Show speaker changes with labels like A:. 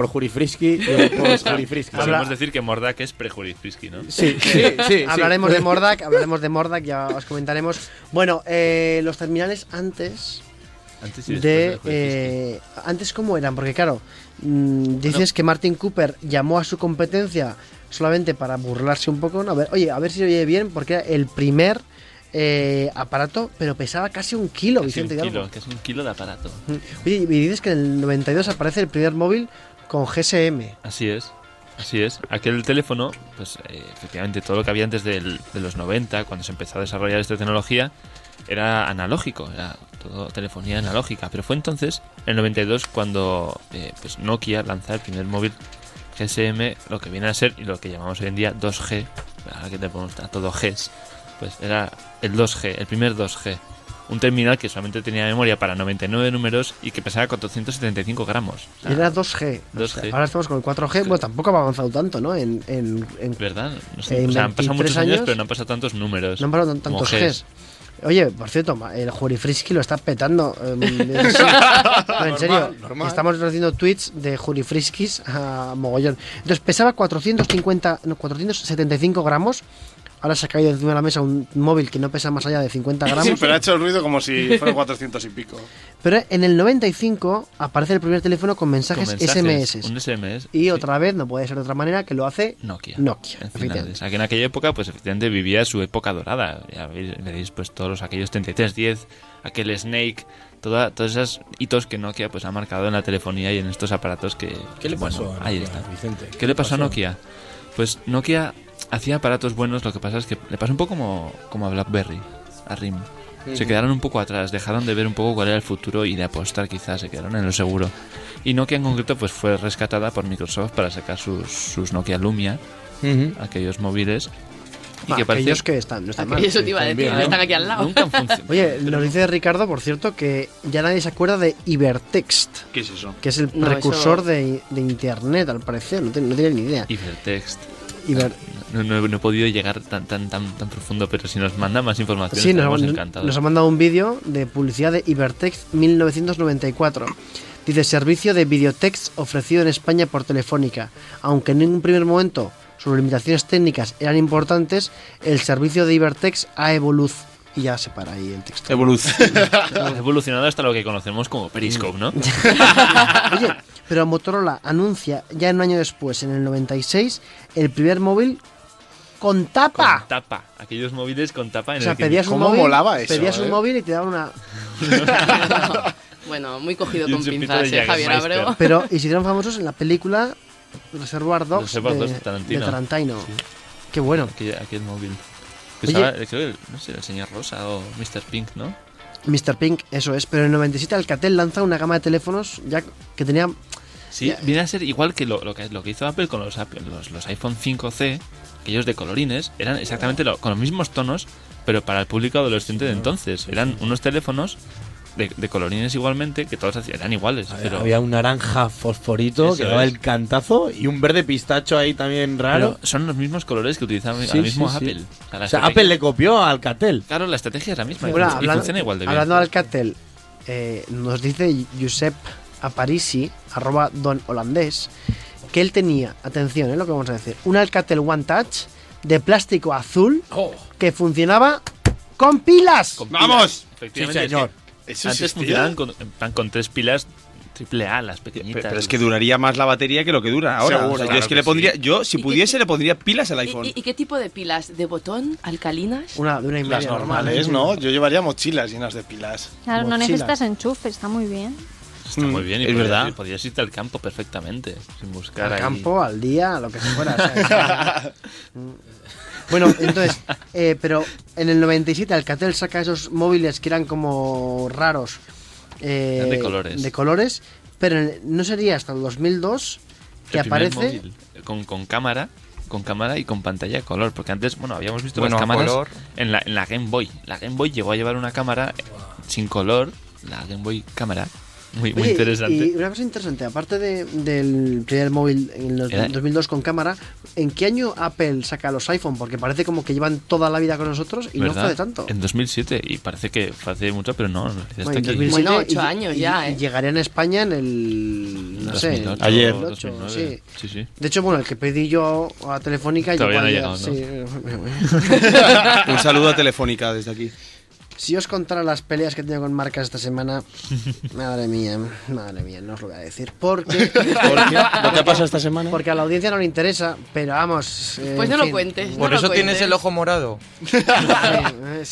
A: por Jurifrisky y el post Jurifrisky.
B: Podemos decir que Mordak es pre-Jurifrisky, ¿no?
A: Sí, sí, sí, sí.
C: hablaremos de Mordak, hablaremos de Mordak, ya os comentaremos. Bueno, eh, los terminales antes
B: Antes y
C: de...
B: después de Jurifrisky.
C: eh, antes cómo eran, porque claro, mm, dices que Martin Cooper llamó a su competencia solamente para burlarse un poco. ¿no? A ver, oye, a ver si oye bien, porque era el primer eh, aparato, pero pesaba casi un kilo,
B: Casi un
C: Vicente Hidalgo.
B: kilo, que es un kilo de aparato.
C: Oye, y dices que en el 92 aparece el primer móvil con GSM.
B: Así es, así es. Aquel teléfono, pues eh, efectivamente todo lo que había antes del- de los 90, cuando se empezó a desarrollar esta tecnología, era analógico, era todo telefonía analógica. Pero fue entonces, en el 92, cuando eh, pues Nokia lanza el primer móvil GSM, lo que viene a ser y lo que llamamos hoy en día 2G, ahora que te ponemos a todo Gs, pues era el 2G, el primer 2G. Un terminal que solamente tenía memoria para 99 números y que pesaba 475 gramos. O sea,
C: Era 2G. o
B: 2G.
C: sea, ahora estamos con el 4G. Bueno, tampoco ha avanzado tanto, ¿no? En, en- en-
B: ¿Verdad? No
C: Eh,
B: sé, o sea, han pasado
C: 23
B: muchos años,
C: años,
B: pero no han pasado tantos números.
C: no han parado tan-
B: Como
C: tantos Gs. Oye, por cierto, ma- el Jurifrisky lo está petando. em, en serio. No, en serio.
D: Normal, normal.
C: Estamos haciendo tweets de Jurifriskis a mogollón. Entonces pesaba 450, no, 475 gramos. Ahora se ha caído encima de la mesa un móvil que no pesa más allá de 50 gramos.
D: Sí, pero ha hecho el ruido como si fuera 400 y pico.
C: Pero en el 95 aparece el primer teléfono con
B: Con
C: mensajes,
B: mensajes,
C: SMS.
B: Un SMS.
C: Y
B: sí.
C: otra vez, no puede ser de otra manera, que lo hace
B: Nokia.
C: Nokia.
B: En finales.
C: efectivamente.
B: Aquí en aquella época, pues efectivamente vivía su época dorada. Ya veis- veréis, pues todos los- aquellos 3310, aquel Snake, toda, todos esos hitos que Nokia pues ha marcado en la telefonía y en estos aparatos que.
E: ¿Qué le
B: bueno,
E: pasó a
B: Ahí
E: Nokia,
B: está.
E: Vicente?
B: ¿Qué le pasó a Nokia? Pues Nokia hacía aparatos buenos, lo que pasa es que le pasó un poco como, como a BlackBerry, a RIM. Se quedaron un poco atrás, dejaron de ver un poco cuál era el futuro y de apostar quizás, se quedaron en lo seguro. Y Nokia en concreto pues fue rescatada por Microsoft para sacar sus, sus Nokia Lumia, aquellos móviles.
C: Va,
B: parecía-
C: Ah, aquellos que están, no están mal.
F: Y eso te iba a decir,
E: también, ¿no?
F: están aquí al lado.
B: nunca han funcionado.
C: Oye, nos dice Ricardo, por cierto, que ya nadie se acuerda de Ibertext,
D: ¿Qué es eso?
C: que es el
F: No,
C: precursor
F: eso-
C: de, de Internet, al parecer. No, te- no tiene ni idea.
B: Ibertext.
C: Iber-
B: No, no- no he podido llegar tan, tan, tan, tan profundo, pero si nos manda más información,
C: Sí, nos,
B: estaremos
C: han,
B: encantados.
C: nos han mandado un vídeo de publicidad de Ibertext 1994. Dice, servicio de videotext ofrecido en España por Telefónica. Aunque en un primer momento sus limitaciones técnicas eran importantes, el servicio de Ibertext ha evolucionado. Y ya se para ahí el texto.
B: Ha evolucionado hasta lo que conocemos como Periscope, ¿no?
E: Mm.
C: Oye, pero Motorola anuncia ya un año después, en el 96, el primer móvil con tapa.
E: Ah.
B: Con tapa. Aquellos móviles con tapa en
C: o sea,
B: el que
C: pedías un
D: ¿Cómo
C: móvil,
D: molaba eso,
C: pedías un
D: eh?
C: móvil y te daban una
F: bueno, muy cogido
B: Y un
F: con
B: chupito
F: pinzas,
B: de
F: eh, Javier
B: Jägermeister.
F: Abreu.
C: Pero y se hicieron famosos en la película Reservoir Dogs
B: Reservoir
C: de,
B: Dogs de Tarantino.
C: de Tarantino. Qué bueno.
B: aquel, aquel móvil.
C: Oye.
B: Pesaba, eh, creo que, no sé, el señor Rosa o Mr. Pink, ¿no?
C: Mr. Pink, eso es. Pero en el 97 Alcatel lanza una gama de teléfonos ya que tenía...
B: Sí,
C: Ya.
B: viene a ser igual que lo, lo que lo que hizo Apple con los, Apple- los, los iPhone 5C, aquellos de colorines, eran exactamente lo- con los mismos tonos, pero para el público adolescente de entonces. Eran unos teléfonos de, de colorines igualmente, que todos hacían- eran iguales. pero
E: Había un naranja fosforito
B: Eso
E: que daba
B: es.
E: el cantazo y un verde pistacho ahí también raro.
B: pero son los mismos colores que utilizaba
E: Sí,
B: el mismo
E: sí, sí.
B: Apple. O sea, la
E: o sea,
B: estrategia-
E: Apple le copió a Alcatel.
B: Claro, la estrategia es la misma. y
C: Bueno,
B: fun- y funciona igual de bien.
C: hablando de Alcatel, eh, nos dice Josep Aparisi, arroba don holandés, que él tenía, atención, es lo que vamos a decir, un Alcatel One Touch de plástico azul que funcionaba con pilas.
B: Oh. Con pilas,
D: ¡Vamos!
B: Efectivamente,
E: Sí,
B: es que
E: señor.
D: Eso
B: Antes
D: existía.
B: funcionaban con, en plan, con tres pilas triple A, las pequeñitas.
G: Pe- Pero es que duraría más la batería que lo que dura ahora.
D: Seguro,
G: O sea, yo
D: claro
G: es que
D: que
G: le
D: sí.
G: pondría, yo si
F: ¿Y qué-
G: pudiese le pondría pilas al
F: ¿Y,
G: iPhone.
F: y- y qué tipo de pilas? ¿De botón? ¿Alcalinas?
C: Una de una y media.
D: Las normales, ¿no? Yo llevaría mochilas llenas de pilas.
H: Claro, no
C: Mochilas.
H: necesitas enchufe, está muy bien.
B: Está muy bien, y
G: Es
B: podrías
G: verdad.
B: ir- podrías irte al campo perfectamente, sin buscar
C: al
B: ahí-
C: campo, al día, a lo que se fuera. ¿sabes? Mm. bueno, entonces, eh, pero en el 97 Alcatel saca esos móviles que eran como raros. eh,
B: Eran de colores.
C: de colores, pero en- no sería hasta el 2002
B: El
C: que
B: primer
C: aparece...
B: móvil, con, con cámara, con cámara y con pantalla a color, porque antes, bueno, habíamos visto
G: Bueno,
B: las
G: a
B: cámaras
G: color.
B: en la, en eh, la Game Boy. La Game Boy llegó a llevar una cámara sin color, la Game Boy cámara, Muy, muy
C: Oye, Y
B: interesante.
C: una cosa interesante, aparte de- del primer móvil en los
B: Era-
C: 2002 con cámara, ¿en qué año Apple saca los iPhone? Porque parece como que llevan toda la vida con nosotros y no
B: ¿Verdad?
C: fue de tanto.
B: En 2007, y parece que fue hace mucho, pero no, en realidad está
C: Bueno, en
B: aquí.
C: 2007
F: Bueno, ocho
C: y-
F: años
C: y-
F: ya,
C: y
F: ¿eh?
C: llegaría en España en el. No sé.
B: 2008,
E: ayer.
C: 2008,
B: 2009.
C: sí.
B: Sí, sí.
C: De hecho, bueno, el que pedí yo a Telefónica
B: Todavía
C: llegó
B: no ha
C: ayer, sí.
G: Un saludo a Telefónica desde aquí.
C: Si os contara las peleas que he tenido con marcas esta semana, madre mía, madre mía, no os lo voy a decir. Porque,
E: ¿Lo que ha pasado esta semana?
C: porque a la audiencia no le interesa, pero vamos. eh,
F: Pues no
C: en
F: lo
C: fin.
F: cuentes. no
I: Por
F: lo
I: eso tienes
F: cuentes.
I: el ojo morado.
C: Sí, eh, sí.